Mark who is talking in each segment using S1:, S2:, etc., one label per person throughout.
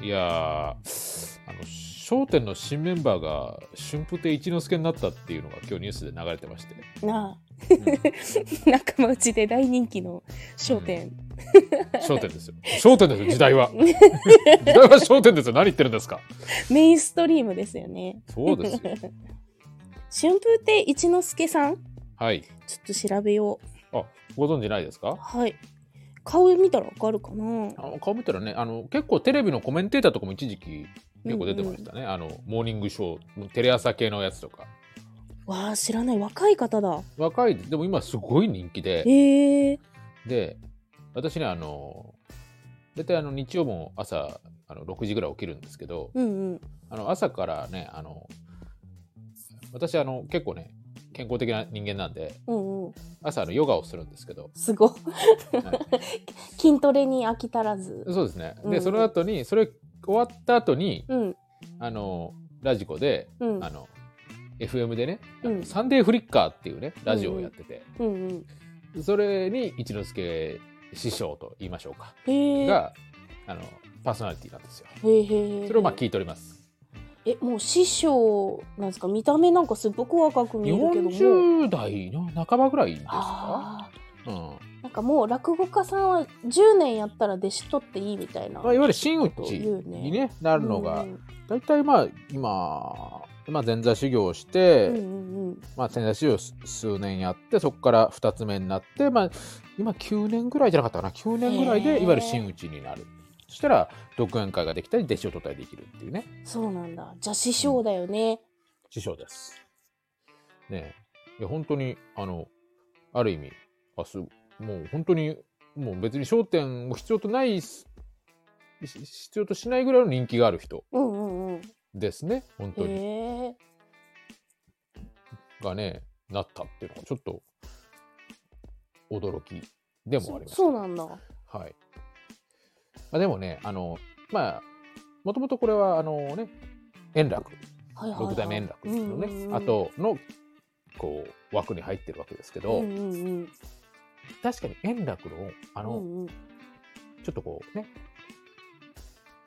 S1: いやーあの『笑点』の新メンバーが春風亭一之輔になったっていうのが今日ニュースで流れてまして、
S2: な
S1: うん
S2: あ仲間内で大人気の商店、
S1: 笑点ですよ笑点ですよ時代は時代は笑点ですよ何言ってるんですか
S2: メインストリームですよね
S1: そうですよ
S2: 春風亭一之輔さん
S1: はい
S2: ちょっと調べよう
S1: ご存知ないですか
S2: はい顔見たらわかるかな
S1: あの顔見たらねあの結構テレビのコメンテーターとかも一時期結構出てましたね、あのモーニングショーテレ朝系のやつとか
S2: わあ知らない若い方だ
S1: 若いでも今すごい人気で
S2: へえ
S1: で私ねあの大体あの日曜も朝あの6時ぐらい起きるんですけど
S2: うんうん
S1: あの朝からねあの私あの結構ね健康的な人間なんで
S2: うんうん
S1: 朝あのヨガをするんですけど、
S2: すごい
S1: はい
S2: 筋トレに 飽き足らず
S1: そうですね
S2: うん
S1: でその後にそれ終わった後に
S2: うん
S1: あのラジコで
S2: うん
S1: あの FM でね、あの
S2: うん
S1: サンデーフリッカーっていうねラジオをやってて、
S2: うんうん
S1: それに一之輔師匠と言いましょうか、
S2: へえ
S1: があのパーソナリティなんですよ
S2: へえへえ
S1: それをまあ聞いております。
S2: えもう師匠なんですか見た目なんかすっごく若く見えるけども
S1: 40代の半ばぐらいですか、
S2: ああ
S1: うん
S2: なんかもう落語家さんは10年やったら弟子取っていいみたいな
S1: まあ、いわゆる真打ち
S2: 言うね
S1: に、ね、なるのが
S2: うん
S1: 大体まあ今、まあ、前座修行をして、
S2: うんうんうん
S1: まあ、前座修行をす数年やってそこから2つ目になって、まあ、今9年ぐらいじゃなかったかな9年ぐらい
S2: へ
S1: で
S2: え
S1: いわゆる真打ちになる。そしたら独演会ができたり弟子を取ったりできるっていうね
S2: そうなんだじゃあ師匠だよね、
S1: 師匠です。ねえいや本当にあのある意味あすもう本当にもう別に焦点を必要とないすし必要としないぐらいの人気がある人
S2: うん、うんうん
S1: ですね本当に、
S2: へえ
S1: がねなったっていうのがちょっと驚きでもあります。
S2: そうなんだ
S1: はいまあ、でもねあのまあもともとこれはあのね円楽
S2: はいはい、はい、
S1: 六代目円楽のね、
S2: うんうんうん
S1: あとのこう枠に入ってるわけですけど、
S2: うんうんうん
S1: 確かに円楽のあ
S2: う
S1: の、
S2: んうん
S1: ちょっとこうね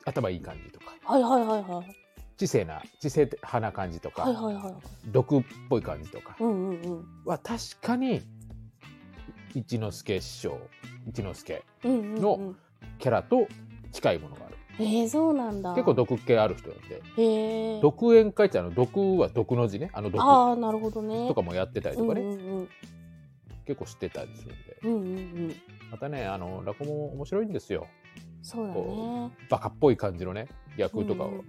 S1: 頭いい感じとか
S2: はいはいはいはい
S1: 知性な知性派な感じとか、
S2: はいはいはい
S1: 毒っぽい感じとか
S2: うんうんうん
S1: は確かに一之輔師匠一之輔
S2: うんうんうん
S1: のキャラと近いものがある
S2: えー、そうなんだ
S1: 結構毒系ある人なんで
S2: へえ
S1: 独演会ってあの毒は毒の字ねあの毒
S2: ああなるほどね
S1: とかもやってたりとかね、
S2: うんうん
S1: 結構知ってたりするんで
S2: うんうんうんうん
S1: またねあの落語も面白いんですよ
S2: そうだ
S1: こ
S2: ね
S1: バカっぽい感じのね役とかを、
S2: うんうん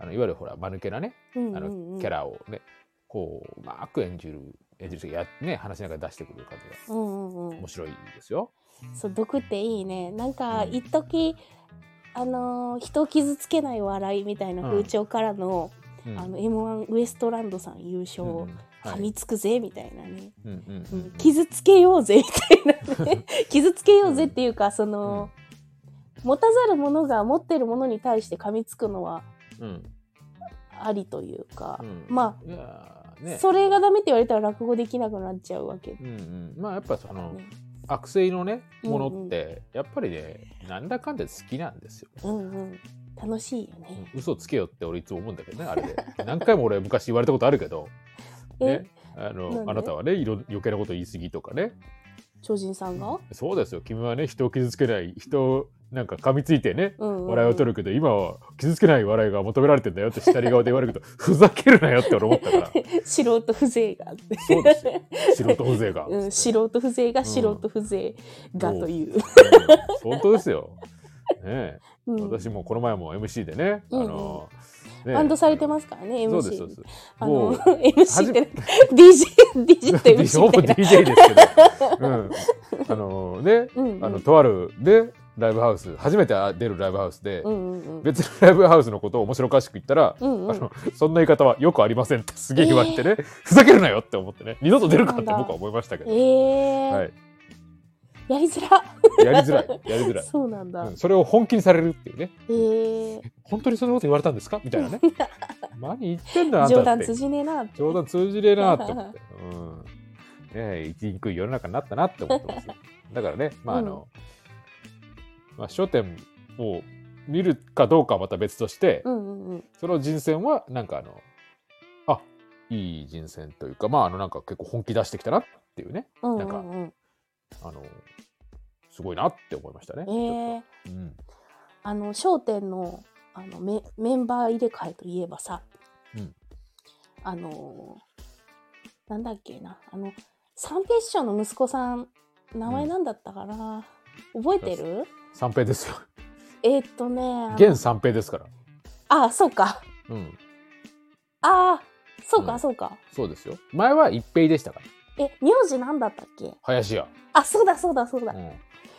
S1: あのいわゆるほら間抜けなね
S2: うん
S1: あ
S2: うんうん
S1: のキャラをねこううまく演じる演じる人がやね話の中で出してくる感じが
S2: うんうんうん
S1: 面白いですよ。
S2: そう毒っていいねなんか
S1: うん
S2: 一時、あのー人を傷つけない笑いみたいな風潮からの、
S1: うん
S2: あの m 1ウエストランドさん優勝、
S1: うんうんは
S2: 噛
S1: い
S2: みつくぜみたいなね、
S1: うんうん
S2: う
S1: うんん
S2: 傷つけようぜみたいな ね傷つけようぜっていうかその、持たざる者が持ってるものに対して噛みつくのは
S1: うん
S2: ありというか、
S1: うん
S2: ま
S1: いやー
S2: あ、
S1: ね
S2: それがダメって言われたら落語できなくなっちゃうわけ
S1: うんうん、まあやっぱその
S2: ね
S1: 悪性のねも
S2: うんう
S1: の
S2: ん
S1: ってやっぱりねなんだかんだ好きなんですよ。
S2: うんうん楽しいよ
S1: う
S2: ね。
S1: ん嘘つけよって俺いつも思うんだけどねあれで 何回も俺昔言われたことあるけど、
S2: え
S1: ね、あ
S2: なん
S1: の
S2: で
S1: あなたはねいろ余計なこと言い過ぎとかね
S2: 超人さんが、
S1: そうですよ君はね人を傷つけない人をなんか噛みついてね
S2: うんうんうん
S1: 笑いを取るけど今は傷つけない笑いが求められてんだよって下り側で言われるけどふざけるなよって俺思った から
S2: 素人風情があって
S1: そうですよ素人風情が、
S2: う
S1: うん
S2: ん、素人風情が素人風情が
S1: うん
S2: という、
S1: 本当ですよ、ねえ
S2: うん
S1: 私もこの前も MC でね、あのね
S2: バンドされてますからね MC
S1: そうですそうです
S2: あ
S1: も
S2: の
S1: う
S2: MC っ
S1: 初
S2: て
S1: め
S2: なんか DJ, DJ と MC
S1: ほ
S2: み
S1: ぼ
S2: たいな
S1: DJ ですけど、うん、あのね、
S2: うんうん
S1: あのとあるねライブハウス初めて出るライブハウスで、
S2: うんうんうん
S1: 別のライブハウスのことを面白おかしく言ったら、
S2: うんうん
S1: あのそんな言い方はよくありませんってすげえ言われてね、ふざけるなよって思ってね二度と出るかって
S2: そうなんだ
S1: 僕は思いましたけ
S2: え
S1: ど、
S2: ー
S1: はい、
S2: やりづら
S1: やりづらいやりづらい、
S2: そうなんだ、
S1: うんそれを本気にされるっていうね
S2: えー
S1: 本当にそんなこと言われたんですかみたい なね何言ってんだあん
S2: 冗
S1: たっ
S2: 談
S1: て
S2: 通じねえなって
S1: 冗談通じねえなって思って、うんねえ、生きにくい世の中になったなって思ってますよだからねまああの、まあ、焦点を見るかどうかはまた別として、
S2: うんうんうん。
S1: その人選はなんかあのあいい人選というかまああのなんか結構本気出してきたなっていうね
S2: うんう
S1: なんか
S2: んうん。
S1: あのすごいなって思いましたね。
S2: え
S1: ちょっ
S2: え
S1: とうん
S2: あの、商店の、あの、メ、メンバー入れ替えといえばさ。
S1: うん
S2: あのー。なんだっけな、あの、三平師匠の息子さん。名前なんだったかな。覚えてる。
S1: 三平ですよ。
S2: えーっとね。あの
S1: 現三平ですから。
S2: ああ、そうか。
S1: うん、
S2: ああ。そう
S1: う
S2: か、
S1: ん
S2: そうか。
S1: そうですよ。前は一平でしたから。
S2: え、名字なんだったっけ。
S1: 林家。
S2: あ、そうだ、そうだ、そうだ
S1: う。ん、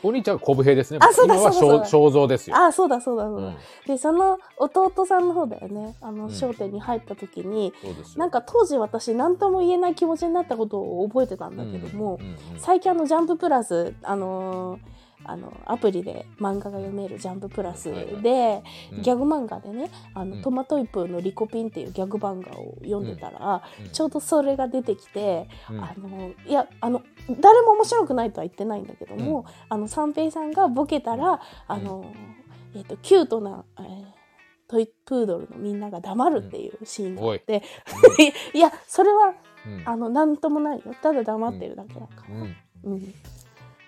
S1: お兄ちゃんは小武平ですね。
S2: あそうだ
S1: 今は
S2: そうだそう
S1: 肖
S2: だ
S1: 肖像ですよ。
S2: あ、そうだ、そうだ、そう
S1: う
S2: だ。
S1: ん、
S2: でその弟さんの方だよねあの
S1: うん
S2: 商店に入った時に、
S1: そうですよ。
S2: なんか当時私何とも言えない気持ちになったことを覚えてたんだけども、
S1: うんうんうんうん
S2: 最近あの「ジャンププラス」あのーあのアプリで漫画が読める「ジャンププラス
S1: はいはい
S2: で」
S1: うん
S2: ギャグ漫画でね「あの
S1: うん
S2: トマトイプーのリコピン」っていうギャグ漫画を読んでたら、
S1: うん
S2: ちょうどそれが出てきて、
S1: うん
S2: あのいやあの誰も面白くないとは言ってないんだけども、あの三平さんがボケたらあの、えっとキュートな、えートイプードルのみんなが黙るっていうシーンがあって、 いやそれは
S1: うん
S2: あの何ともないよただ黙ってるだけだから、
S1: うん
S2: うん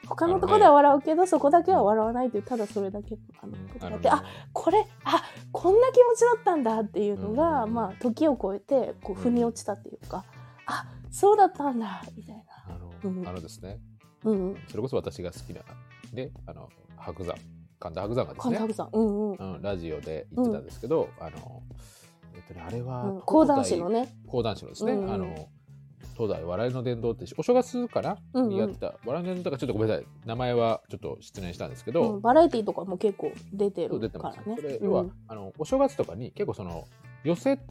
S2: 他のところでは笑うけど、そこだけは笑わないというただそれだけのあのことがあってあこれあこんな気持ちだったんだっていうのが、
S1: うん
S2: まあ時を超えてこう腑に落ちたっていうか、あそうだったんだみたいな。
S1: あの
S2: うん
S1: あのですね、
S2: うん、
S1: それこそ私が好きなであの白山神田白山がです
S2: 神
S1: ね
S2: 田、伯山、うんうん、
S1: うん、ラジオで言ってたんですけど、あのえっとねあれは、
S2: うん、講談師のね、
S1: 講談師のですね、
S2: うんうん
S1: あの東大笑いの殿堂ってお正月かな、
S2: うんうん
S1: にやってた笑いの殿堂だからちょっとごめんなさい名前はちょっと失念したんですけ
S2: う
S1: ど、
S2: ん、バラエティーとかも結構出て
S1: そう出
S2: る
S1: て
S2: か
S1: ます
S2: ら
S1: よ、
S2: ね
S1: それ。
S2: う
S1: 要は
S2: ん
S1: あのお正月とかに結構その寄席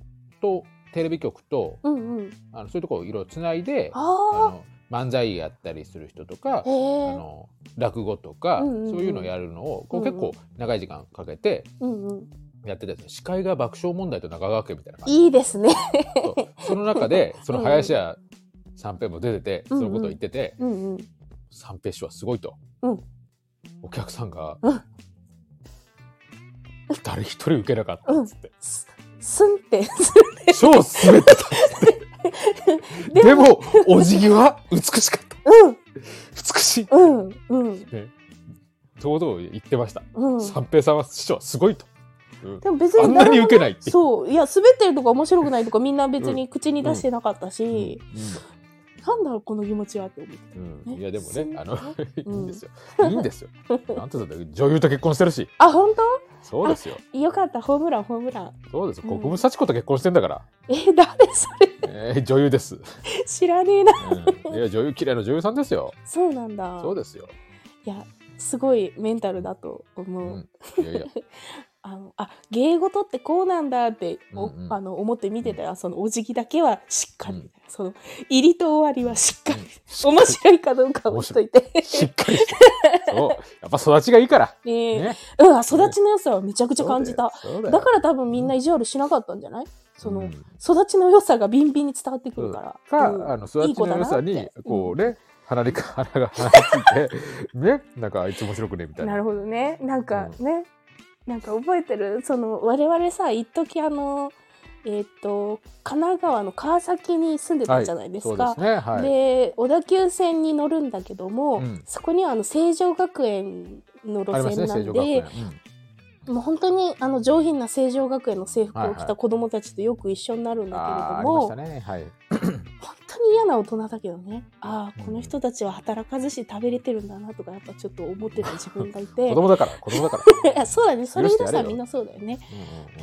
S1: とテレビ局と
S2: うんうん、
S1: あのそういうところをいろいろつないであ
S2: あ
S1: の漫才やったりする人とかあ
S2: あ、へえ、
S1: の落語とか、
S2: うんうんうん
S1: そういうのをやるのをこう
S2: うんう
S1: 結
S2: ん
S1: 構長い時間かけて
S2: うんうん、
S1: やってたんですね司会が爆笑問題と中川家みたいな感じ
S2: いいですね。
S1: そうその中 でその林家三平も出てて、
S2: うんうん
S1: そのことを言ってて、
S2: うんうん、
S1: 三平師匠はすごいと、
S2: うん
S1: お客さんが、
S2: うん
S1: 誰一人受けなかったっつって、
S2: すすんって、
S1: 超滑って たっつってでもお辞儀は美しかった
S2: うん
S1: 美しい
S2: うんうん
S1: 堂々言ってました、
S2: うん。
S1: 三平さんは師匠はすごいと、うん
S2: でも別
S1: あ
S2: に
S1: んな
S2: 誰
S1: に
S2: も
S1: 受 けないっていう
S2: そういや滑ってるとか面白くないとかみんな別に口に出してなかったし、なんだろうこの気持ちはって思って
S1: うん
S2: ね
S1: いやでもねあの いいんですよ、いいんですよなんて言ったって女優と結婚してるした
S2: あ本
S1: そうですよ
S2: 当よかったホームランホームラン
S1: そうですよ。
S2: うん
S1: 国分幸子と結婚してんだから。
S2: え誰それ
S1: えー、女優です。
S2: 知らねえな
S1: うん、いや女優綺麗な女優さんですよ。
S2: そうなんだ
S1: そうですよ。
S2: いやすごいメンタルだと思
S1: う
S2: う、
S1: ん。いやいや。
S2: あのあ芸事ってこうなんだって、お
S1: うんうん
S2: あの思って見てたらそのお辞儀だけはしっかり、
S1: うん
S2: その入りと終わりはしっかり、
S1: うん
S2: 面白いかどうかを置いといて。
S1: しっかりして。そう。やっぱ育ちがいいから。
S2: ね え
S1: ね。
S2: うん、あ育ちの良さはめちゃくちゃ感じた。
S1: そうだよ。
S2: だから多分みんな意地悪しなかったんじゃないその、
S1: うん
S2: 育ちの良さがビンビンに伝わってくるから。
S1: か、
S2: うん
S1: あの育
S2: いい
S1: ち
S2: 子
S1: の
S2: だ
S1: 良
S2: な
S1: さ
S2: って
S1: にこ
S2: う
S1: うんね、鼻にか 鼻が鼻がついてね、なんかあいつ面白くねみたいな。
S2: なるほどね。なんか
S1: う
S2: ね、なんか覚えてるその我々さ、一時あの、えーっと、神奈川の川崎に住んでたじゃないですか。
S1: そうですね。はい。
S2: で小田急線に乗るんだけども、
S1: うん
S2: そこにはあの成城学園の路
S1: あります
S2: 線
S1: ね、
S2: な
S1: 成
S2: ん
S1: 城
S2: で、
S1: 学園。
S2: もう本当にあの上品な成城学園の制服を
S1: は
S2: 着
S1: いは
S2: た
S1: い
S2: 子供たちとよく一緒になるん
S1: うん、
S2: だ
S1: あー
S2: け
S1: あり
S2: れど
S1: ました
S2: も、
S1: ね。はい。
S2: 本当に嫌な大人だけどねああこの人たちは働かずし食べれてるんだなとかやっぱちょっと思ってた自分がいて
S1: 子供だから、子供だから。
S2: いやそうだねそれ皆
S1: 許してやれ
S2: さん
S1: よ
S2: みんなそうだよね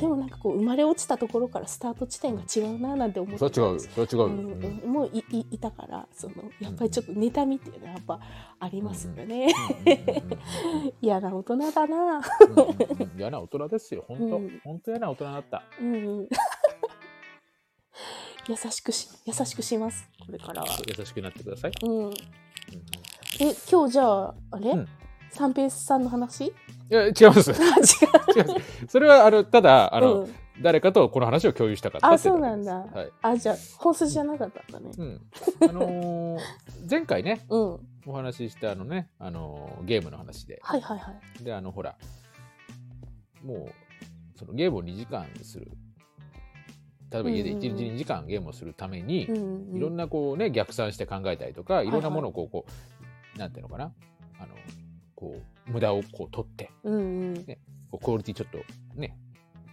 S1: うんうんうん
S2: でもなんかこう生まれ落ちたところからスタート地点が違うななんて思って
S1: それは違う、
S2: た
S1: それは違うよ。
S2: うん
S1: うん
S2: うんもういいいたからそのやっぱりちょっと妬みっていうのはやっぱありますよね嫌な大人だな
S1: 嫌な大人ですよ、本当、
S2: うん
S1: 本当嫌な大人だった。
S2: うんうん優しくし優しくしますこれからは
S1: 優しくなってください。
S2: うん
S1: うんうん
S2: え今日じゃああれ、
S1: うん
S2: 三平さんの話
S1: いや、違い ます。違い
S2: あ違う
S1: ます。それは、あの、ただ、 あの、
S2: うん、
S1: 誰かとこの話を共有したかった
S2: あ
S1: っていだけです
S2: そうなんだ
S1: はい。
S2: あじゃあ本筋じゃなかったんだね
S1: うん。あの ー前回ね、
S2: うんは
S1: お話ししたあのね、あのーゲームの話で、
S2: いはいはい
S1: で、あの、ほら。もうそのゲームを2時間にする例えば家で1日2時間ゲームをするために、
S2: うん
S1: いろんなこうね逆算して考えたりとかいろんなものをこう,、こうなんていうのかなあのこう無駄をこう取って
S2: うんうん
S1: こうクオリティちょっとね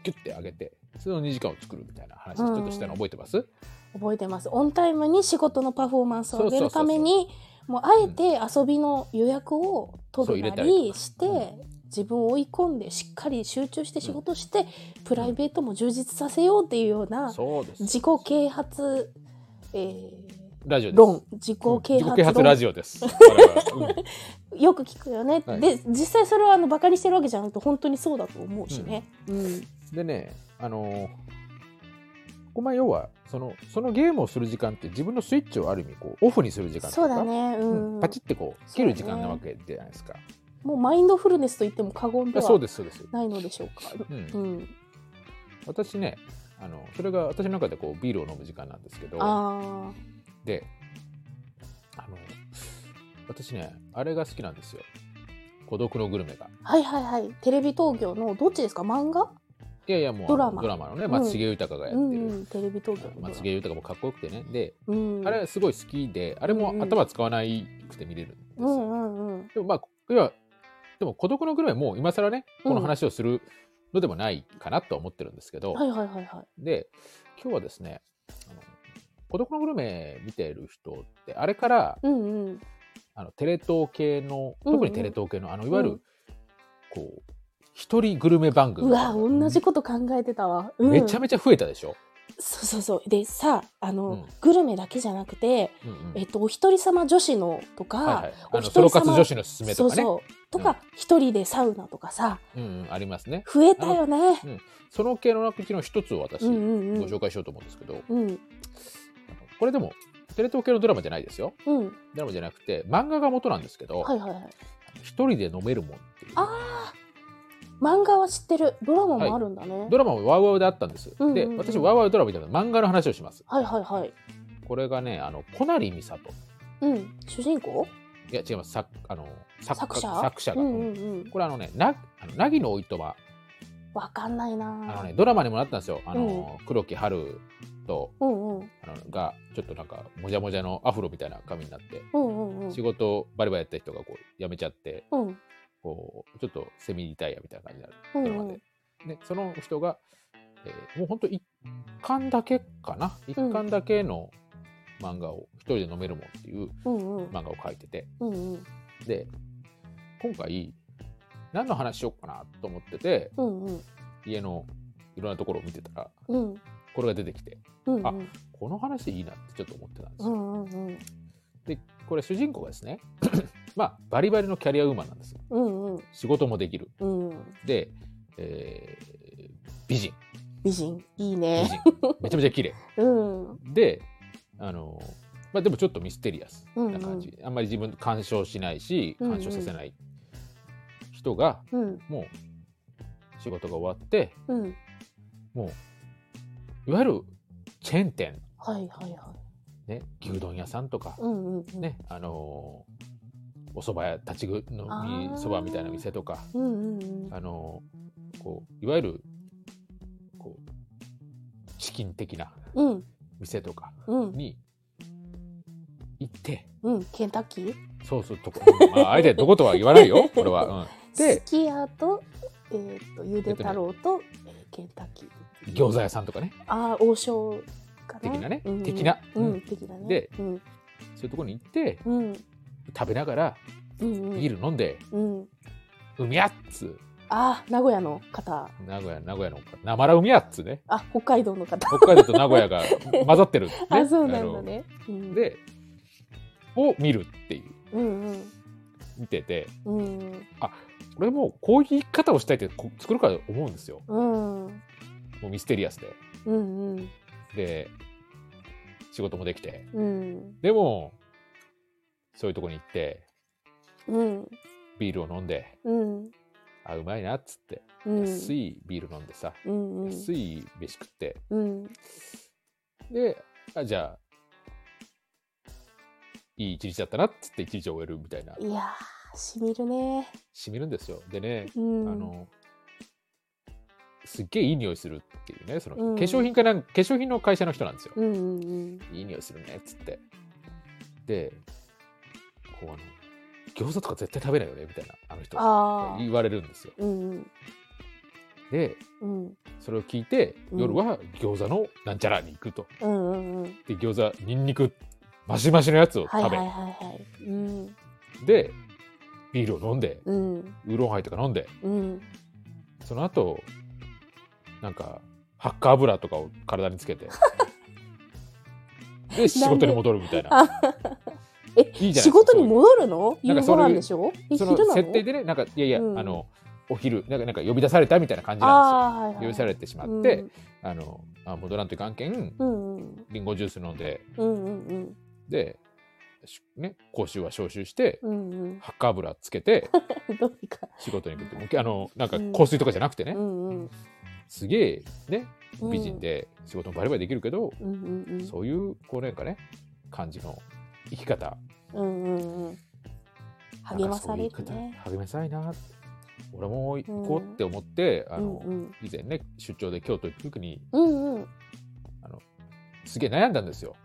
S1: ギュッて上げてその2時間を作るみたいな話をちょっとしたの覚えてます、
S2: 覚えてますオンタイムに仕事のパフォーマンスを上げるため
S1: そ
S2: にもうあえて遊びの予約を取るな
S1: そう入れたり
S2: りして、自分を追い込んでしっかり集中して仕事して、プライベートも充実させようっていうような
S1: そうです
S2: 自己啓発、え
S1: ラジオ
S2: ー
S1: です
S2: 論自己啓
S1: 自己
S2: 発
S1: 啓
S2: 論
S1: 発ラジオ です我々はうん
S2: よく聞くよね、
S1: はい
S2: で実際それはあのバカにしてるわけじゃなくて本当にそうだと思うしね。うん
S1: でね、あのーこまあ要はそのそのゲームをする時間って自分のスイッチをある意味こうオフにする時間と
S2: そう
S1: か
S2: だね、う
S1: うん
S2: ん、
S1: パチってこう切る時間なわけじゃないですか。
S2: もうマインドフルネスと言っても過言で
S1: あそう
S2: は
S1: ですそうです。
S2: ないのでしょうか。
S1: うん
S2: うん、
S1: 私ねあのそれが私の中でこうビールを飲む時間なんですけど
S2: あ
S1: であの私ねあれが好きなんですよ孤独のグルメが。
S2: あはいはいはいテレビ東京のどっちですか漫画
S1: いやいやもうあの
S2: ドラマ
S1: ドラマのね
S2: うん
S1: 松重豊がや
S2: う
S1: って
S2: んう
S1: る。
S2: んテレビ東京のドラマ
S1: 松重豊もかっこよくてねで
S2: うん
S1: あれすごい好きであれも頭使わないくて見れるんです
S2: う
S1: よ。
S2: んうんうん
S1: でもまあ、要は、でも孤独のグルメはもう今更ね、
S2: うん
S1: この話をするのでもないかなとは思ってるんですけど、
S2: はいはいはいはい
S1: で、今日はですね、あの孤独のグルメ見てる人って、あれから、
S2: うんうん
S1: あのテレ東系の、
S2: うんうん
S1: 特にテレ東系の、あの、いわゆ
S2: う
S1: る
S2: ん、
S1: こう、一人グルメ番組
S2: う
S1: みたいな
S2: わ同じこと考えてたわ、うん、
S1: めちゃめちゃ増えたでしょ。
S2: そうそうそうでさあの、
S1: うん
S2: グルメだけじゃなくて
S1: うんうん
S2: えっとお一人様女子のとか、
S1: はいはい、あ
S2: お
S1: の
S2: 一
S1: ソ
S2: 人
S1: ロ活
S2: 様
S1: 女子のすすめとかね
S2: そうそうとか一、人でサウナとかさ
S1: うんうん、ありますね
S2: 増えたよね
S1: その系の中の一つを私
S2: う
S1: ご
S2: んうんうん
S1: 紹介しようと思うんですけど、
S2: うん
S1: あのこれでもテレ東系のドラマじゃないですよ
S2: うん
S1: ドラマじゃなくて漫画が元なんですけど
S2: はいはいはい
S1: 「一人で飲めるもん」っていう
S2: あー漫画は知ってるドラマもあるんだね、
S1: ドラマもワウワウであったんです、
S2: うんうん
S1: で
S2: うん
S1: 私ワウワウドラマみたいな漫画の話をします
S2: はいはいはい。
S1: これがねあの小成美里
S2: うん。主人公
S1: いや違います作あの作
S2: 作者
S1: 作者
S2: う
S1: が、
S2: んう
S1: うん
S2: んうん。
S1: これあのねなあの凪のおいとま
S2: わかんないな
S1: あ
S2: ぁ
S1: のねドラマにもなったんですよあの、黒木春と
S2: うんうん。
S1: あのがちょっとなんかもじゃもじゃのアフロみたいな髪になって、
S2: うんうんうん。
S1: 仕事をバリバリやった人がこう辞めちゃって
S2: うん
S1: こうちょっとセミリタイアみたいな感じになるド
S2: う
S1: ラマ
S2: んう
S1: で
S2: ん。。
S1: ね、その人が、えーもう本当一巻だけかな一巻だけの漫画を「一人で飲めるもん」っていう
S2: うんうん。
S1: 漫画を書いてて
S2: うんうん。
S1: で今回何の話しようかなと思ってて
S2: うんうん。
S1: 家のいろんなところを見てたら
S2: うん
S1: これが出てきて
S2: うんうん。
S1: あこの話いいなってちょっと思ってたんです
S2: う
S1: よ。
S2: んうんうん。
S1: でこれ主人公がですね まあバリバリのキャリアウーマンなんです
S2: うんうん。
S1: 仕事もできる
S2: うんうん。
S1: で、えー美人
S2: 美人。いい
S1: 美
S2: ね。
S1: 人めちゃめちゃ綺麗
S2: うん。うん
S1: であの、まあ、でもちょっとミステリアスな感じ、あんまり自分干渉しないし
S2: うんうん
S1: 干渉させない人が
S2: うん
S1: もう仕事が終わって
S2: うん。
S1: もういわゆるチェーン店、
S2: はいはいはい。
S1: ね、牛丼屋さんとか、
S2: うんうんうん。
S1: ねあのお蕎麦屋立ち食いのみ
S2: あー
S1: 蕎麦みたいな店とか
S2: うんうんうん。
S1: あのこういわゆるこうチキン的な
S2: うん
S1: 店とか
S2: うん
S1: に行って。
S2: うん。ケンタッキー
S1: そうそうとこ、まあ、あえてどことは言わないよ俺は、うん、
S2: す
S1: で
S2: き家と、えーっと、ゆで太郎と、えーケンタッキー。
S1: 餃子屋さんとかね
S2: ああ、王将かな。
S1: 的なね
S2: うん
S1: 的な
S2: うん、的なね。
S1: で
S2: うん。
S1: そういうとこに行って
S2: うん、
S1: 食べながら
S2: うん、うん、
S1: ビール飲んで
S2: うん、
S1: 「うみゃっつ
S2: あー名古屋の方、」
S1: 名古屋名古屋のなまらうみゃっつね
S2: あ北海道の方、
S1: 北海道と名古屋が 混ざってる、ね、
S2: あそうなんだね。うん、
S1: あのでを見るっていう
S2: うんうん
S1: 見てて
S2: うん
S1: 俺もこういう言い方をしたいってこ作るから思うんですよ
S2: うんうん
S1: もうミステリアスで
S2: うん
S1: で仕事もできて
S2: うん
S1: でもそういうとこに行って
S2: うん
S1: ビールを飲んで
S2: うん
S1: あうまいなっつって
S2: うん
S1: 安いビール飲んでさ、
S2: うんうん
S1: 安い飯食って
S2: うん
S1: であじゃあいい一日だったなっつって一日を終えるみたいない
S2: やーしみるね。
S1: しみるんですよでね、
S2: うん
S1: あのすっげえいい匂いするっていうねその、
S2: うん
S1: 化粧品かなんか化粧品の会社の人なんですよ、
S2: うんうん
S1: いい匂いするねっつってでこうあの餃子とか絶対食べないよねみたいなあの人
S2: ああ
S1: 言われるんですよ
S2: うんうん
S1: で
S2: うん
S1: それを聞いて
S2: うん
S1: 夜は餃子のなんちゃらに行くと、
S2: うんうんうん
S1: で餃子にんにくマシマシのやつを食
S2: は
S1: べ、
S2: いはいはいはいうん
S1: でビールを飲んで
S2: うん
S1: ウーロンハイとか飲んで
S2: うん
S1: その後なんかハッカー油とかを体につ けてで仕事に戻るみたいな。
S2: え
S1: いいじゃないですか
S2: 仕事
S1: そ
S2: に
S1: ういう
S2: 戻るの
S1: なん
S2: 夕
S1: か
S2: ご
S1: そういう
S2: 飯でしょえ
S1: その
S2: 昼なの
S1: 設定でねなんかいやいや、
S2: うん
S1: あのお昼なんかなんか呼び出されたみたいな感じなん
S2: ああはい
S1: ですよ
S2: はい
S1: 呼び出されてしまって、あのあ戻らんといかんけん
S2: うんうん
S1: リンゴジュース飲んで
S2: うんうんうん
S1: で、しね、口臭は消臭して、
S2: うんうん
S1: ハッカー油つけて
S2: どうにか
S1: 仕事に行くってもうあのなんか
S2: うん
S1: 香水とかじゃなくてね、
S2: うんうん
S1: すげえね
S2: うん
S1: 美人で仕事もバリバリできるけど、
S2: うんうんうん
S1: そういうこうなんかね感じの生き方
S2: うんうんうん励まされ
S1: なんか
S2: る
S1: そういう
S2: ね
S1: 方励めさいな俺も行こうって思って、あ
S2: う
S1: の、
S2: んうん
S1: 以前ね出張で京都行く時に
S2: うんうん
S1: すげえ悩んだんですよ。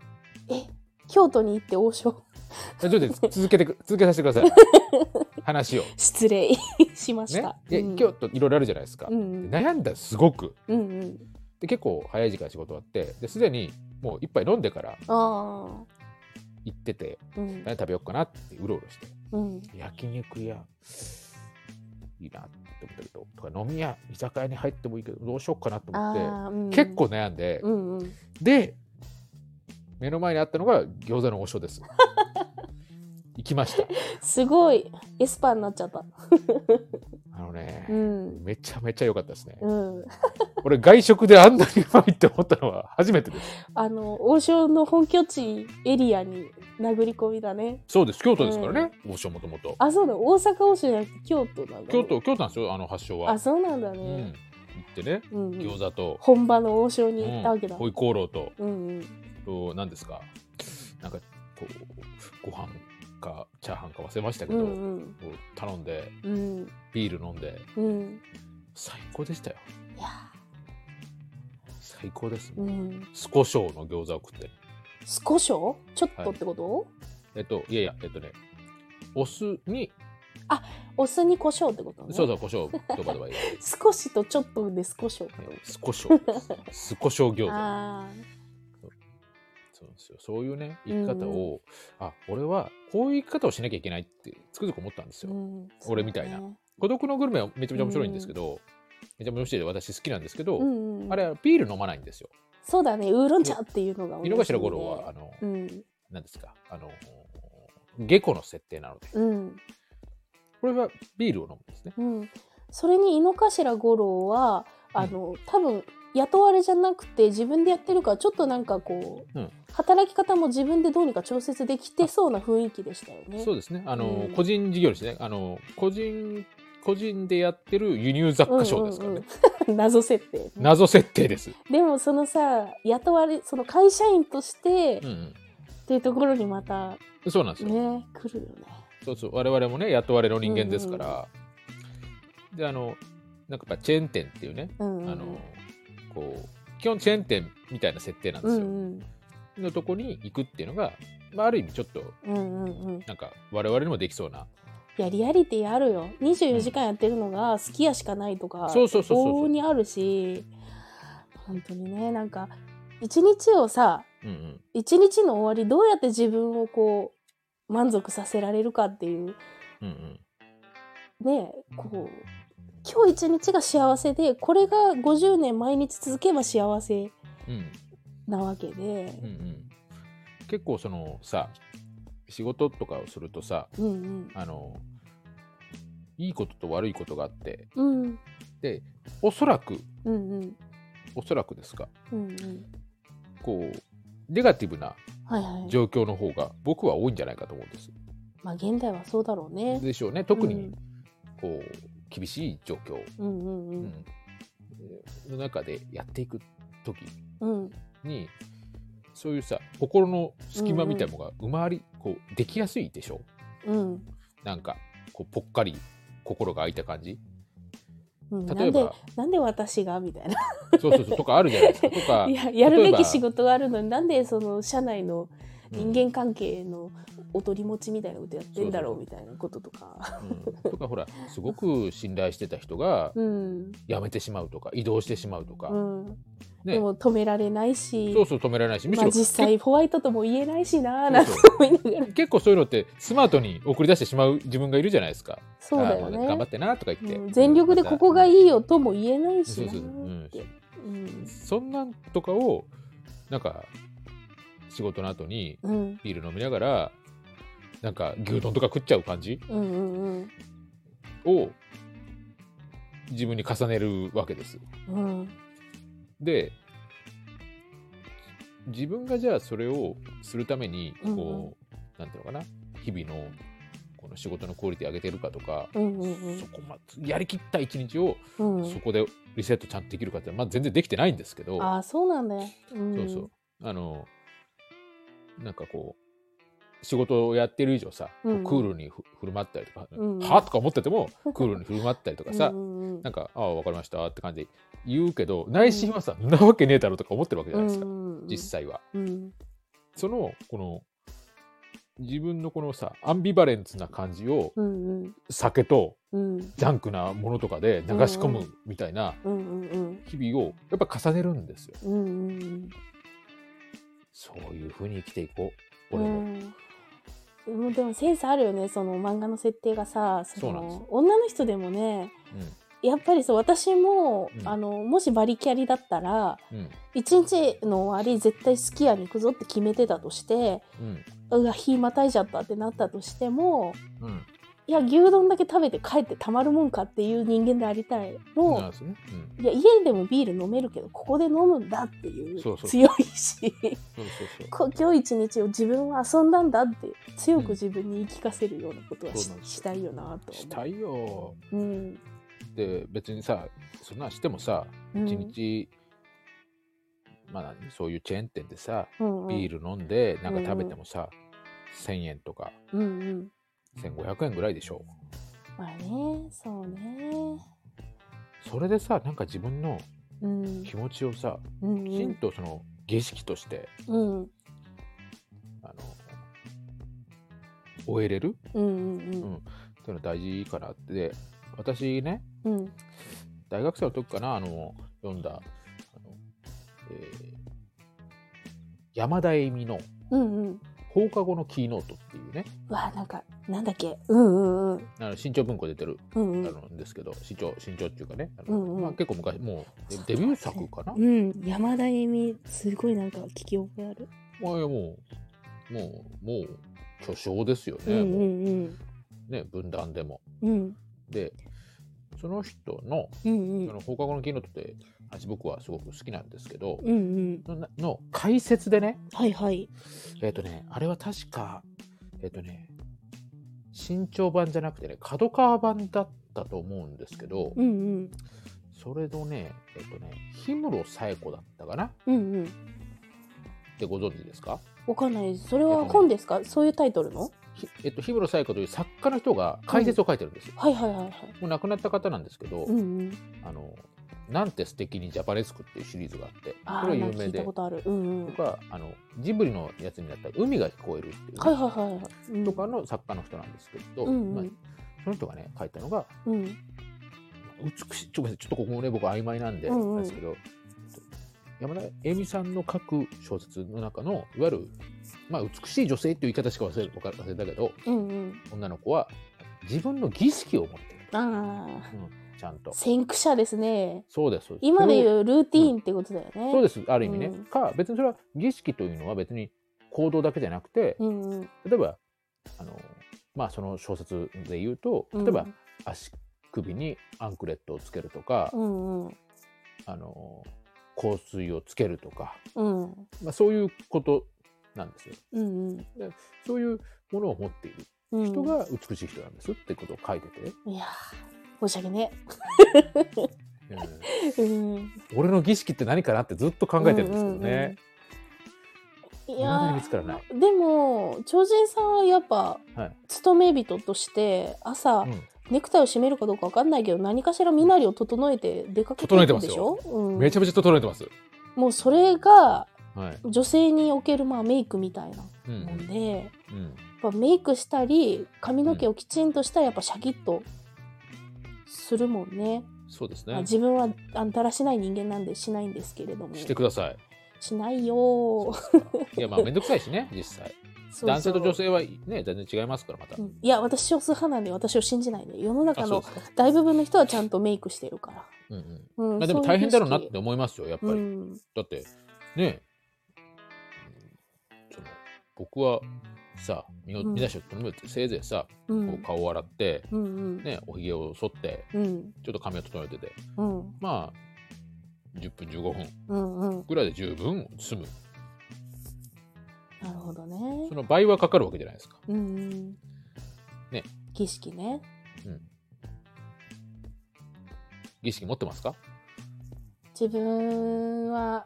S2: え京都に行って王将
S1: ちょっと続けてく続けさせてください。話を。
S2: 失礼しまし
S1: ね
S2: た、
S1: いや
S2: うん
S1: 京都いろいろあるじゃないですか。
S2: うんうん
S1: で悩んだすごく。
S2: うんうん
S1: で結構早い時間仕事終わってですでにもう一杯飲んでから
S2: あ
S1: 行ってて
S2: あうん
S1: 何食べようかなってうろうろして
S2: うん
S1: 焼肉屋いいなって思ったけどとか飲み屋居酒屋に入ってもいいけどどうしようかなと思っ
S2: あーうん
S1: て結構悩んで、
S2: うんうん
S1: で目の前にあったのが餃子の王将です 行きました
S2: すごいエスパーになっちゃった
S1: あのね、
S2: うん
S1: めちゃめちゃ良かったですね、
S2: うん
S1: 俺外食であんなにうまいって思ったのは 初めてです
S2: あの王将の本拠地エリアに殴り込みだね
S1: そうです京都ですからね、王将もともと
S2: あそうだ大阪王将じゃなくて京都なんだね、
S1: 京都京都なんですよあの発祥は
S2: あそうなんだ
S1: う
S2: ね
S1: ん、行ってね
S2: うん、うん
S1: 餃子と、
S2: 本場の王将に行ったわけだ、
S1: ホイコーローと
S2: うんうん
S1: と何ですかなんかこうご飯かチャーハンか忘れましたけ
S2: う
S1: ど、
S2: んうん
S1: こう頼んで
S2: うん
S1: ビール飲んで
S2: うん
S1: 最高でしたよ
S2: いや
S1: 最高です、ね
S2: うん
S1: 酢胡椒の餃子を食って
S2: 少しょちょっとってこと、
S1: えっといやいやえっとねお酢に
S2: お酢に胡椒ってことね
S1: そうそう胡椒ドバドバ入れ て
S2: 少しとちょっとで少しょ
S1: 酢胡椒酢胡椒餃子
S2: あ
S1: そうですよそういうね生き方を、あ俺はこういう生き方をしなきゃいけないってつくづく思ったんです
S2: あ、
S1: よ、
S2: うん、
S1: 俺みたいな
S2: そうね
S1: 孤独のグルメはめちゃめちゃ面白いんですけど、めちゃめちゃ面白いで私好きなんですけど、
S2: うんうん、
S1: あれはビール飲まないんですよ。
S2: そうだねウーロン茶っていうのが多い
S1: 井
S2: で
S1: の
S2: すね
S1: 頭五郎は、あの、
S2: うん
S1: 何ですか、あの、下戸の設定なので、
S2: うん
S1: これはビールを飲むんですね。
S2: うんそれに井の頭五郎はあの多分雇われじゃなくて自分でやってるからちょっとなんかこう、
S1: うん
S2: 働き方も自分でどうにか調節できてそうな雰囲気でしたよね
S1: そうですね。あの、
S2: うん
S1: 個人事業ですね。あの、個人、個人でやってる輸入雑貨商ですからね。
S2: うんうんうん 謎設定ね、
S1: 謎設定です。
S2: でもそのさ雇われその会社員として、
S1: う
S2: っ
S1: ん、
S2: ていうところにまた
S1: うん。そうなんですよ。
S2: ね来るよね
S1: そうそう。我々もね、雇われの人間ですから。で、あの、なんかやっぱチェーン店っていうね、
S2: うん
S1: あ
S2: うん
S1: の、こう、基本チェーン店みたいな設定なんで
S2: う
S1: すよ。
S2: んうん
S1: のとこに行くっていうのが、まあ、ある意味ちょっと
S2: うんうんうん
S1: なんか我々にもできそうない
S2: やリアリティあるよ24時間やってるのが好きやしかないとか
S1: そうそうそうそうそう
S2: 往々にあるし本当にねなんか一日をさ
S1: うんうん
S2: 一日の終わりどうやって自分をこう満足させられるかっていう
S1: うんうん
S2: ねこう今日一日が幸せでこれが50年毎日続けば幸せ
S1: うん
S2: なわけで
S1: うんうん結構そのさ仕事とかをするとさ
S2: うん
S1: あのいいことと悪いことがあって
S2: うんうん
S1: でおそらく
S2: うんうん
S1: おそらくですが
S2: うんうん
S1: こうネガティブな
S2: はいはい
S1: 状況の方が僕は多いんじゃないかと思うんです。
S2: まあ現代はそうだろうね
S1: でしょうね特
S2: う
S1: に
S2: ん
S1: こう厳しい状況、
S2: うんうんう
S1: うんんの中でやっていく時
S2: うん
S1: にそういうさ心の隙間みたいなのが埋まり、こうできやすいでしょ
S2: うん
S1: なんかこうぽっかり心が空いた感じ
S2: うん、な
S1: 例え
S2: んで
S1: ば、
S2: なんで私がみたいな
S1: そうそうそう、とかあるじゃないで すか。とか
S2: い、ややるべき仕
S1: 例えば
S2: 事があるのになんでその社内の
S1: うん
S2: 人間関係のお取り持ちみたいなことやってんだろう
S1: そう
S2: みたいなこととか。
S1: うんとか、ほら、すごく信頼してた人が
S2: うん、
S1: 辞めてしまうとか、移動してしまうとか、
S2: うん
S1: ね
S2: でも止められないし
S1: そうそう止められないし、むし
S2: まあ、
S1: ろ
S2: 実際ホワイトとも言えないしなーなんて
S1: そう
S2: 思いな がら
S1: 結構そういうのってスマートに送り出してしまう自分がいるじゃないですか。
S2: そう
S1: あ
S2: だ
S1: ー
S2: よ
S1: まあ頑張
S2: ね
S1: っ、てなとか言って、
S2: うん全力でここが
S1: い
S2: いいよとも言えないし
S1: そう
S2: な
S1: そう、うん
S2: ーって、うん
S1: そんなんとかをなんか仕事の後に
S2: うん
S1: ビール飲みながらなんか牛丼とか食っちゃう感じ
S2: うんうん
S1: を自分に重ねるわけです。
S2: うんうん
S1: で自分がじゃあそれをするためにこう、なんていうのかな日々のこの仕事のクオリティ上げてるかとか、
S2: うんうん
S1: そこまやりきった一日を
S2: うんうん
S1: そこでリセットちゃんとできるかって、まあ、全然できてないんですけど、
S2: ああそうなんだよ、うん、
S1: そうそうあのなんかこう仕事をやってる以上さ、
S2: うん
S1: クールにふ振る舞ったりとか、
S2: うん
S1: はとか思ってて もクールに振る舞ったりとかさ、
S2: うんうんうん
S1: なんか「ああ分かりました」って感じで言うけど内心はさ、ん、なわけねえだろとか思ってるわけじゃないですか、
S2: うんうん
S1: 実際は。
S2: うん
S1: そのこの自分のこのさアンビバレンスな感じを
S2: うんうん
S1: 酒と
S2: うん
S1: ジャンクなものとかで流し込むみたいな
S2: うんうんうん
S1: 日々をやっぱ重ねるんですよ。
S2: うんうん
S1: そういう風に生きていこう。
S2: う
S1: 俺も。
S2: んもうでもセンスあるよねその漫画の設定がさそ
S1: そうなんです
S2: の女の人でもねやっぱりそう私も、
S1: うん
S2: あのもしバリキャリだったら
S1: うんうん
S2: 一日の終わり絶対スキヤに行くぞって決めてたとして
S1: うん
S2: うわ日またいじゃったってなったとしても
S1: うん。
S2: いや牛丼だけ食べて帰ってたまるもんかっていう人間でありたいもう
S1: なんですね。うん。
S2: いや家でもビール飲めるけどここで飲むんだっていう
S1: そうそう
S2: 強いし
S1: そうそうそう。
S2: こ今日一日を自分は遊んだんだって強く自分に言い聞かせるようなことは
S1: そう
S2: し,、
S1: なんですよ
S2: たいよなと
S1: し
S2: 思
S1: たいよ。
S2: う。うん
S1: で別にさそんなんしてもさ
S2: うん
S1: 一日、まあ何そういうチェーン店でさ
S2: うんうん
S1: ビール飲んでなんか食べてもさ、1,000円とか
S2: うんうん
S1: 1,500円ぐらいでしょ
S2: まあねそうね
S1: それでさなんか自分の
S2: うん
S1: 気持ちをさ
S2: うん
S1: きちんとその儀式として
S2: うん
S1: あの終えれる
S2: うんうん
S1: っていうの大事かなってで私ね
S2: うんうん
S1: 大学生の時かなあの読んだあの、えー山田恵美の
S2: うんうん
S1: 放課後のキーノートっていうね
S2: うわなんかなんだっけうんうんうん
S1: あの新潮文庫で出てる
S2: うん
S1: あ
S2: うん
S1: のんですけど新潮新潮っていうかねあの、
S2: うんうん
S1: まあ、結構昔もうデデビュー作かな、
S2: うん山田恵美すごいなんか聞き覚えある
S1: まあ、いやもうもうもう巨匠ですよ
S2: う
S1: ね,、
S2: んう
S1: も
S2: んうん
S1: うね分断でも。
S2: うん
S1: でその人の
S2: うん
S1: その放課後のキーノートって私僕はすごく好きなんですけど、
S2: うんうん
S1: のの解説でね
S2: はいはい
S1: えっ、とね、あれは確か、えっ、とね、新潮版じゃなくてね、角川版だったと思うんですけど、
S2: うんうん
S1: それのね、えっ、とね、氷室冴子だったかなっ
S2: うんうん
S1: てご存知ですか
S2: わかんないですそれは本ですかそういうタイトルの
S1: ひえっと、氷室冴子という作家の人が解説を書いてるんですよ。
S2: はいはいはいはい
S1: もう亡くなった方なんですけど、
S2: うんうん
S1: あの、なんて素敵にジャパネスクっていうシリーズがあって、
S2: あ
S1: こ
S2: ー
S1: れ
S2: な
S1: は
S2: ん
S1: 有
S2: か
S1: 名
S2: 聞いた
S1: で
S2: こ、とあるうんうん
S1: と
S2: はい
S1: か、あの、ジブリのやつになった海が聞こえるっていう、
S2: はいはいはいうん
S1: とかの作家の人なんですけど、
S2: うん
S1: ま
S2: う
S1: あ
S2: ん、
S1: その人がね、書いたのが、
S2: うん
S1: 美しいちょっとごめんなさいちょっとここもね僕曖昧なんで、
S2: うんうん
S1: なんですけど山田恵美さんの書く小説の中のいわゆる、まあ、美しい女性っていう言い方しか忘れわか忘れたけど
S2: うんうん
S1: 女の子は自分の儀式を持ってる
S2: ああ
S1: ちゃんと
S2: 先駆者ですね
S1: そうですそうです
S2: 今で
S1: それを
S2: いうルーティーンってことだよね。
S1: そうですある意味ね、
S2: うん
S1: か別にそれは儀式というのは別に行動だけじゃなくて
S2: うんうん。
S1: 例えばあのまあその小説で言うと
S2: うん
S1: 例えば足首にアンクレットをつけるとか、
S2: うんうん
S1: あの香水をつけるとか、
S2: うん
S1: まあ、そういうことなんですよ。
S2: うん
S1: そういうものを持っている
S2: うん。
S1: 人が美しい人なんですってことを書いてて、
S2: いやー申し訳ね。
S1: うん
S2: うん。
S1: 俺の儀式って何かなってずっと考えてるんですけどね。
S2: い
S1: 未だに見つから
S2: や
S1: ない。
S2: ーでも超人さんはやっぱ
S1: はい
S2: 勤め人として朝
S1: うん
S2: ネクタイを締めるかどうかわかんないけど何かしら身なりを整えて出かけて
S1: 整えて
S2: る
S1: ます
S2: で
S1: よ
S2: しょ、うん、
S1: めちゃめちゃ整えてます。
S2: もうそれが
S1: はい。
S2: 女性におけるまあメイクみたいな
S1: うん
S2: もんでやっ
S1: うん。うん
S2: ぱメイクしたり髪の毛をきちんとしたらやっぱシャキッとするもんね、
S1: そうです
S2: まあ
S1: ね。
S2: 自分はあんたらしない人間なんでしないんですけれども
S1: してください。
S2: しないよー
S1: いや、まあ、めんどくさいし ね、実際。
S2: そうそう
S1: 男性と女性はね、全然違いますから、また
S2: う。んいや私少数派なんで私を信じないで世の
S1: あ
S2: 中
S1: そう
S2: の
S1: ですか。
S2: 大部分の人はちゃんとメイクしてるから、
S1: うんうん。
S2: うん
S1: まあ、でも
S2: そう
S1: 大
S2: いう
S1: 変だろうなっ
S2: 意
S1: て思いますよ、やっぱ
S2: 識う
S1: り。
S2: ん、
S1: だって、ねうんその僕はさ、身を
S2: うん
S1: 身だしを整えて、せいぜいさ、
S2: う
S1: こうん顔を洗って、
S2: うんうん
S1: ね、おひげを剃って、
S2: うん
S1: ちょっと髪を整えてて、
S2: うん
S1: まあ、10分、15分
S2: うんうん
S1: ぐらいで十分済む。
S2: なるほどね
S1: その倍はかかるわけじゃないですか。
S2: うんうん
S1: ね
S2: 儀式ね
S1: 儀式持ってますか
S2: 自分は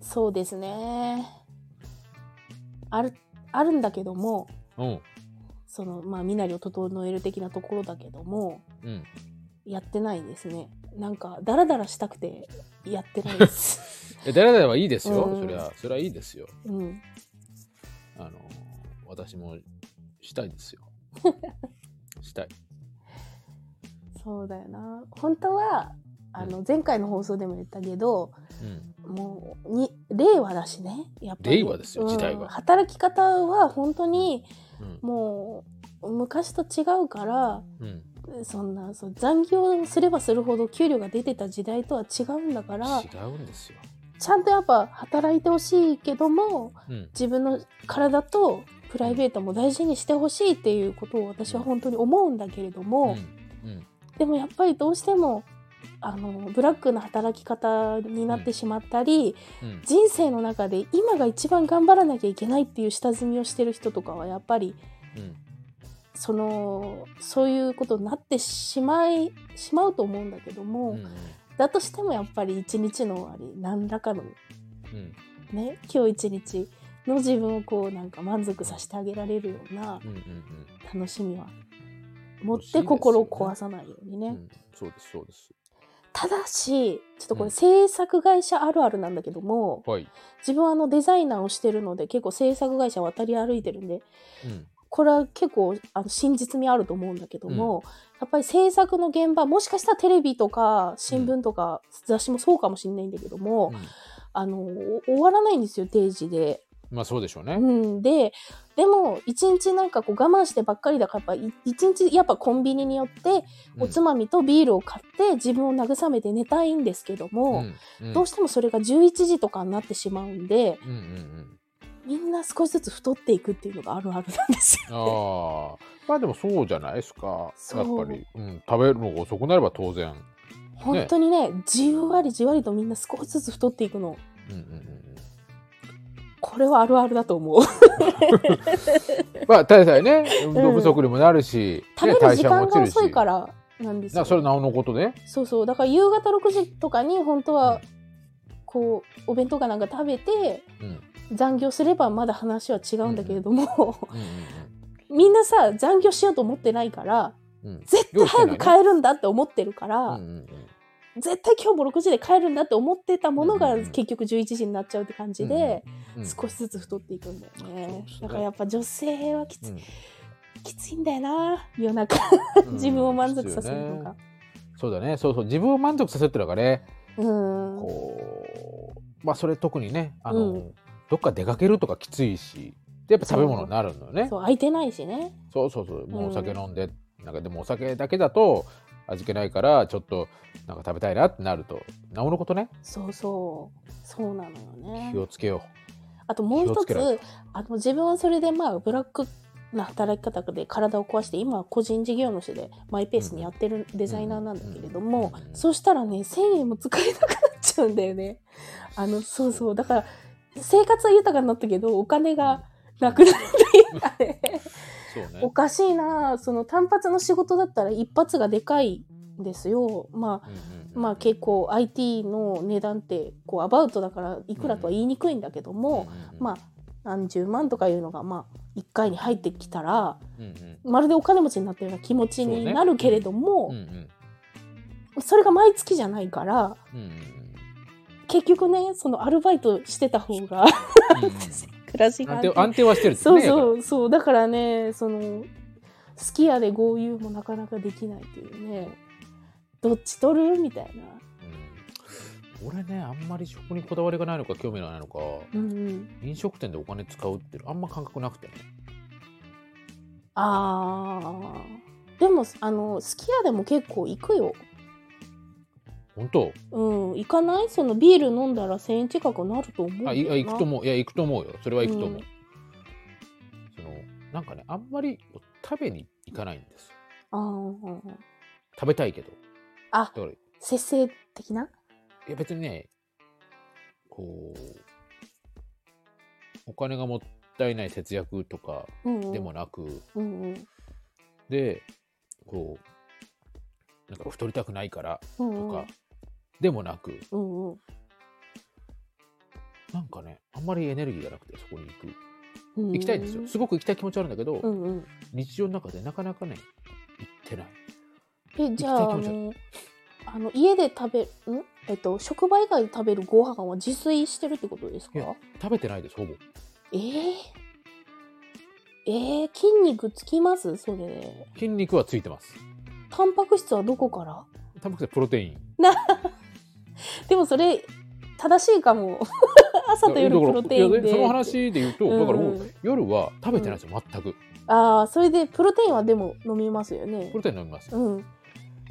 S2: そうですねあるあるんだけども
S1: うん。
S2: そのまあ身なりを整える的なところだけども
S1: うん。
S2: やってないですねなんかダラダラしたくてやってないです
S1: え、誰々はいいですよ。
S2: うん
S1: そりゃ、それはいいですよ。
S2: うん、
S1: あの、私もしたいです よ。したい。
S2: そうだよな本当はあの前回の放送でも言ったけど
S1: うん。
S2: もうに令和だしねやっぱり
S1: 令和ですよ時代は
S2: うん働き方は本当に
S1: うん。
S2: もう昔と違うから
S1: うん。
S2: そんなそう残業すればするほど給料が出てた時代とは違うんだから
S1: 違うんですよ。
S2: ちゃんとやっぱ働いてほしいけども
S1: うん。
S2: 自分の体とプライベートも大事にしてほしいっていうことを私は本当に思うんだけれども。
S1: うん。
S2: でもやっぱりどうしてもあのブラックな働き方になってしまったり、
S1: うん。
S2: 人生の中で今が一番頑張らなきゃいけないっていう下積みをしてる人とかはやっぱり
S1: うん。
S2: そのそういうことになってしまいしまうと思うんだけども、
S1: うん。うん。
S2: だとしてもやっぱり一日の終わり何らかの
S1: うん。
S2: ね今日一日の自分をこうなんか満足させてあげられるような
S1: うん。うん。
S2: 楽しみは持っ
S1: 欲しいですよ
S2: て
S1: ね
S2: 心を壊さないようにね。
S1: うんそうです、そうです。
S2: ただしちょっとこ
S1: うん
S2: れ制作会社あるあるなんだけども、
S1: はい。
S2: 自分はあのデザイナーをしてるので結構制作会社渡り歩いてるんで
S1: うん。
S2: これは結構あの真実味あると思うんだけども、やっぱり制作の現場もしかしたらテレビとか新聞とか雑誌もそうかもしれないんだけども、
S1: うん
S2: あのお終わらないんですよ定時で。
S1: まあ、そうでしょう
S2: う
S1: ね。
S2: ん、ででも一日なんかこう我慢してばっかりだからやっぱい一日やっぱコンビニによっておつまみとビールを買って自分を慰めて寝たいんですけども。
S1: も、うん
S2: どうしてもそれが11時とかになってしまうんで
S1: うんうんうん。
S2: みんな少しずつ太っていくっていうのがあるあるなんです
S1: あ
S2: よ。
S1: あ。まあでもそうじゃないですか。や
S2: そう
S1: っぱり、うん、食べるのが遅くなれば当然。
S2: 本当にねじわりじわりとみんな少しずつ太っていくの
S1: うんうんうん
S2: これはあるあるだと思う
S1: うん。まあ、大体ね、運動不足にもなるし、
S2: 食
S1: ね
S2: べる時間が遅い
S1: だ
S2: か
S1: から
S2: なんですよ
S1: らそれなおのことね。
S2: そうそうだから夕方6時とかに本当はこうお弁当かなんか食べて
S1: うんうん
S2: 残業すればまだ話は違うんだけれども、
S1: うん
S2: みんなさ残業しようと思ってないから
S1: うんうん。
S2: 絶対早く帰るんだって思ってるから、
S1: うんうんうん
S2: 絶対今日も6時で帰るんだって思ってたもの
S1: う
S2: が
S1: んうんうん
S2: 結局11時になっちゃうって感じで
S1: うん
S2: 少しずつ太っていくんだよね,、
S1: そうですね
S2: だからやっぱ女性はきつ,、
S1: うん
S2: きついんだよな夜中
S1: うん
S2: 自分を満足させるのが。
S1: そうだよねそうだねそうそう自分を満足させるってのがね
S2: うん
S1: こうまあそれ特にねあの、
S2: う
S1: どっか出かけるとかきついしでやっぱ食べ物になるのよね
S2: そう空いてないしね
S1: そうそうそうもうお酒
S2: うん
S1: 飲んで、なんかでもお酒だけだと味気ないからちょっとなんか食べたいなってなるとなおのことね
S2: そうそうそうなのよね
S1: 気をつけよ
S2: あともう
S1: 気を
S2: 一
S1: つけない
S2: つあの自分はそれでまあブラックな働き方で体を壊して今は個人事業主でマイペースにやってるデザイナーなんだけれども、
S1: うんうん
S2: そうしたらね1,000円も使えなくなっちゃうんだよね。あのそうそうだから生活は豊かになったけどお金がなくなるっていうかね
S1: うそうね
S2: おかしいなその単発の仕事だったら一発がでかいんですよ。まあ
S1: うんうんうん
S2: まあ結構 IT の値段ってこうアバウトだからいくらとは言いにくいんだけども、
S1: うんうんうん
S2: まあ何十万とかいうのがまあ1回に入ってきたら
S1: うんうん
S2: まるでお金持ちになったような気持ち
S1: そう
S2: に
S1: ね
S2: なるけれども
S1: うん うん
S2: それが毎月じゃないから
S1: うんうん
S2: 結局ねそのアルバイトしてた方が暮らしが
S1: 安
S2: 安定
S1: 定安定はしてるって
S2: そう
S1: だから
S2: そうそうだからねそのすき家で豪遊もなかなかできないというねどっち取るみたいな、
S1: うん俺ねあんまり食にこだわりがないのか興味がないのか
S2: うんうん、
S1: 飲食店でお金使うっていうのあんま感覚なくてね
S2: あーでもあのすき家でも結構行くよ
S1: 本当
S2: うん行かないそのビール飲んだら1,000円近くなると思うんだ
S1: あ
S2: よ
S1: いあ
S2: な
S1: 行くと思ういや行くと思うよそれは行くと思う、
S2: うん
S1: そのなんかねあんまりこう食べに行かないんですよ
S2: あー
S1: 食べたいけど
S2: あ
S1: だからい
S2: 節制的な
S1: や別にねこうお金がもったいない節約とか
S2: うんうん
S1: でもなく、
S2: うんうん
S1: でこうなんか太りたくないから
S2: うん
S1: と
S2: うん
S1: か、でもなく
S2: うんうん
S1: なんかねあんまりエネルギーがなくてそこに行く
S2: うん
S1: 行きたいんですよすごく行きたい気持ちはあるんだけど、
S2: うんうん
S1: 日常の中でなかなかね行ってない
S2: えじゃああ
S1: 行きたい気
S2: のあの家で食べんえっと職場以外で食べるご飯は自炊してるってことですか
S1: いや食べてないですほぼ
S2: えー、えー、筋肉つきますそれ
S1: 筋肉はついてます
S2: タンパク質はどこから
S1: タンパク質はプロテイン
S2: でもそれ正しいかも 朝と夜
S1: だから
S2: プロテイン
S1: いや
S2: で
S1: その話で言うと、だからも
S2: うんう
S1: うん夜は食べてないですよ全く
S2: ああそれでプロテインはでも飲みますよね
S1: プロテイン飲みます
S2: うん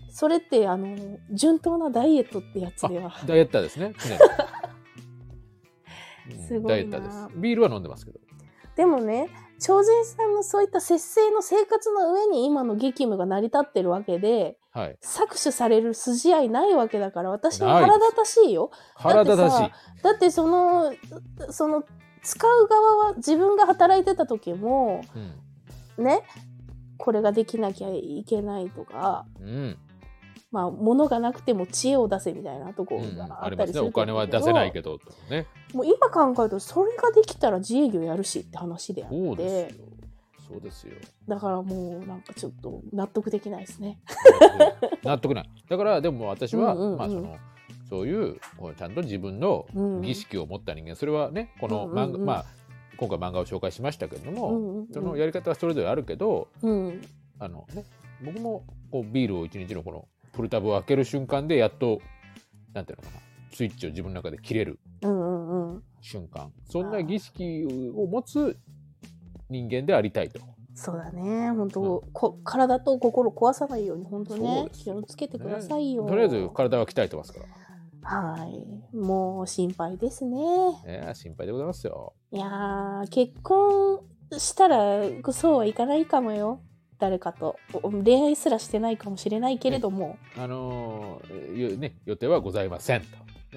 S2: それってあの順当なダイエットってやつでは
S1: ダイエッターです ねねうん
S2: すごいな
S1: ダイエッターですビールは飲んでますけど
S2: でもね超人さんのそういった節制の生活の上に今の激務が成り立ってるわけで
S1: はい
S2: 搾取される筋合いないわけだから私は
S1: ない
S2: 腹立たしいよだって
S1: 体
S2: さ
S1: だし
S2: だってそのその使う側は自分が働いてた時も
S1: うん
S2: ねこれができなきゃいけないとか
S1: うん
S2: まあ物がなくても知恵を出せみたいなとこ
S1: う
S2: ろ
S1: ん
S2: が
S1: あ
S2: あ
S1: り
S2: った
S1: ま
S2: り
S1: すね
S2: する
S1: お金は出せないけどとかね
S2: どもう今考えるとそれができたら自営業やるしって話であっ
S1: そうで
S2: て
S1: すよそうですよ
S2: だからもうなんかちょっと納得できないですね。
S1: 納得ないだからでも私は、
S2: うんうんうん
S1: まあそのそういうこうちゃんと自分の
S2: うん
S1: 儀式を持った人間、それはねこの
S2: うんうんうん
S1: 漫画、まあ今回漫画を紹介しましたけれども、
S2: うんうんうん
S1: そのやり方はそれぞれあるけど
S2: うん、
S1: あの、ね、僕もこうビールを一日のこのプルタブを開ける瞬間でやっとなんていうのかなスイッチを自分の中で切れる
S2: うんうんうん
S1: 瞬間そんな儀式を持つ人間でありたいと。
S2: そうだね本当、こ体と心壊さないように本当
S1: そう
S2: ね
S1: です
S2: 気をつけてくださいよ、
S1: とりあえず体は鍛えてますから、
S2: はいもう心配ですね
S1: ね、心配でございますよ。
S2: いやー結婚したらそうはいかないかもよ誰かとお恋愛すらしてないかもしれないけれども、
S1: あのーゆね、予定はございませんと。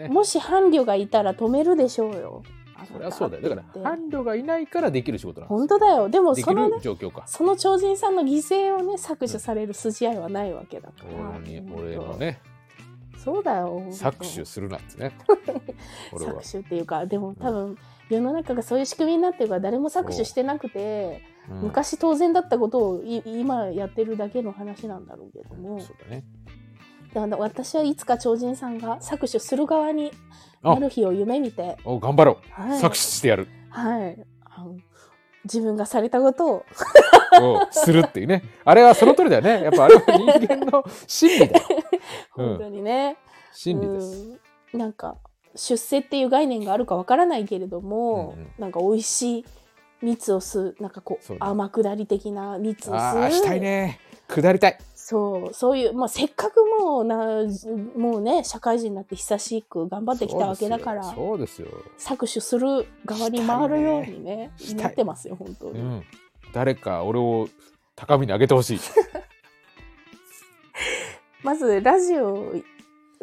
S1: ね、
S2: もし伴侶がいたら止めるでしょうよあ
S1: それはそうだよ。だから
S2: って言って
S1: 伴侶がいないからできる仕事なんですよ
S2: 本当だよでも
S1: で
S2: そ
S1: き
S2: の
S1: る
S2: ね
S1: 状況か。
S2: その超人さんの犠牲をね搾取される筋合いはないわけだから、
S1: 俺に
S2: 本当
S1: 俺のね
S2: そうだよ。
S1: 搾取するなんて ね。俺は
S2: 搾取っていうか、でも多分、世の中がそういう仕組みになってるから、誰も搾取してなくて、
S1: うん
S2: 昔当然だったことをい今やってるだけの話なんだろうけども、
S1: そうだね。
S2: だから私はいつか超人さんが搾取する側に
S1: あ
S2: なる日を夢見て、
S1: お頑張ろう。
S2: はい
S1: 搾取してやる。
S2: はいあの自分がされたことを、
S1: をするっていうね。あれはその通りだよね。やっぱあれは人間の心理だ よ。うん
S2: 本当にね、
S1: 心理です。
S2: うんなんか出世っていう概念があるかわからないけれども、
S1: うんうん
S2: なんか美味しい蜜を吸うなんかこう
S1: そうね
S2: 天下り的な蜜を
S1: あ
S2: 吸
S1: あ
S2: う
S1: したいね。下りたい。
S2: そうそういう、まあ、せっかくもうなもうね社会人になって久しく頑張ってきたわけだから
S1: そうですよ。そうですよ
S2: 搾取する側に回るようにね
S1: したいね
S2: なってますよ本当に、
S1: うん、誰か俺を高みに上げてほしい。
S2: まずラジオ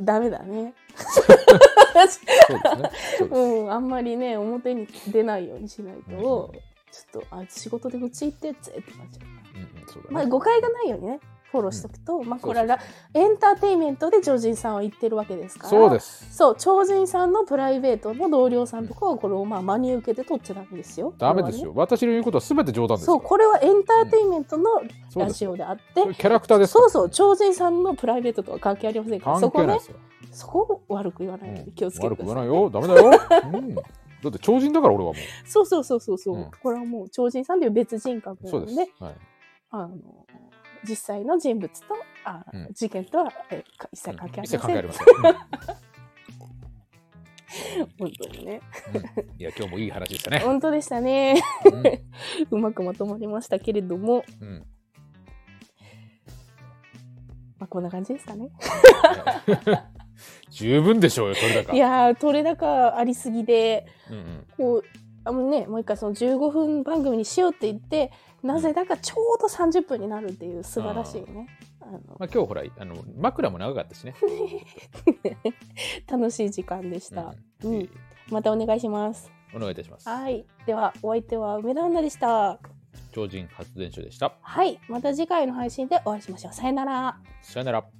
S2: ダメ だね
S1: そうですね。そうです。
S2: うん、あんまりね表に出ないようにしないと、
S1: うん
S2: ちょっとあ仕事で愚痴言ってっつってなっちゃう
S1: うんうんそうだね
S2: まあ誤解がないようにねフォローしとくと、まあ
S1: そう
S2: こ
S1: そ
S2: れ
S1: う
S2: はエンターテインメントで超人さんは言ってるわけですから
S1: そうです。
S2: そう超人さんのプライベートの同僚さんとかはこれをまあ真に受けて取っちゃダメですよ。
S1: ダメですよ。私の言うことは全て冗談ですか
S2: そう
S1: ら。
S2: これはエンターテインメントの
S1: そう
S2: ラ
S1: です
S2: ジオであって、
S1: これキャラクターですか
S2: そ
S1: ら。
S2: うそう超人さんのプライベートとは関係ありませんからそ
S1: 関
S2: こ
S1: 係ない
S2: ね
S1: ですよ。
S2: そこを悪く言わないので気をつけ
S1: 悪
S2: て
S1: く
S2: く
S1: 言わ
S2: ださ
S1: ない
S2: い。
S1: よ。ダメだよ。うん。だって超人だから俺はもう。
S2: そうそうそうそうそう、
S1: うん
S2: これはもう超人さんと いう別人格な
S1: そう
S2: の
S1: で。
S2: です
S1: はい。
S2: あの実際の人物とあ、
S1: うん
S2: 事件とはえか一切関係ありま
S1: うん一切
S2: せん、
S1: 関係ありませ
S2: 本当に
S1: ん。
S2: ね
S1: うんいや今日もいい話でしたね。
S2: 本当でしたね
S1: うん
S2: うまくまとまりましたけれども、
S1: うん。
S2: まあ、こんな感じですかね
S1: 十分でしょうよそれだか
S2: い
S1: ら。
S2: やー取れ高ありすぎで
S1: うんうん。
S2: こうあのねもう一回その15分番組にしようって言ってなぜだかちょうど30分になるっていう素晴らしいねあの
S1: ま あ今日ほらあの枕も長かったしね。
S2: 楽しい時間でし
S1: うん
S2: た、
S1: う
S2: うんんまたお願いします
S1: お願いいたします。
S2: はいではお相手は梅田アンナでした
S1: 超人発電所でした。
S2: はいまた次回の配信でお会いしましょうさよなら
S1: さよなら。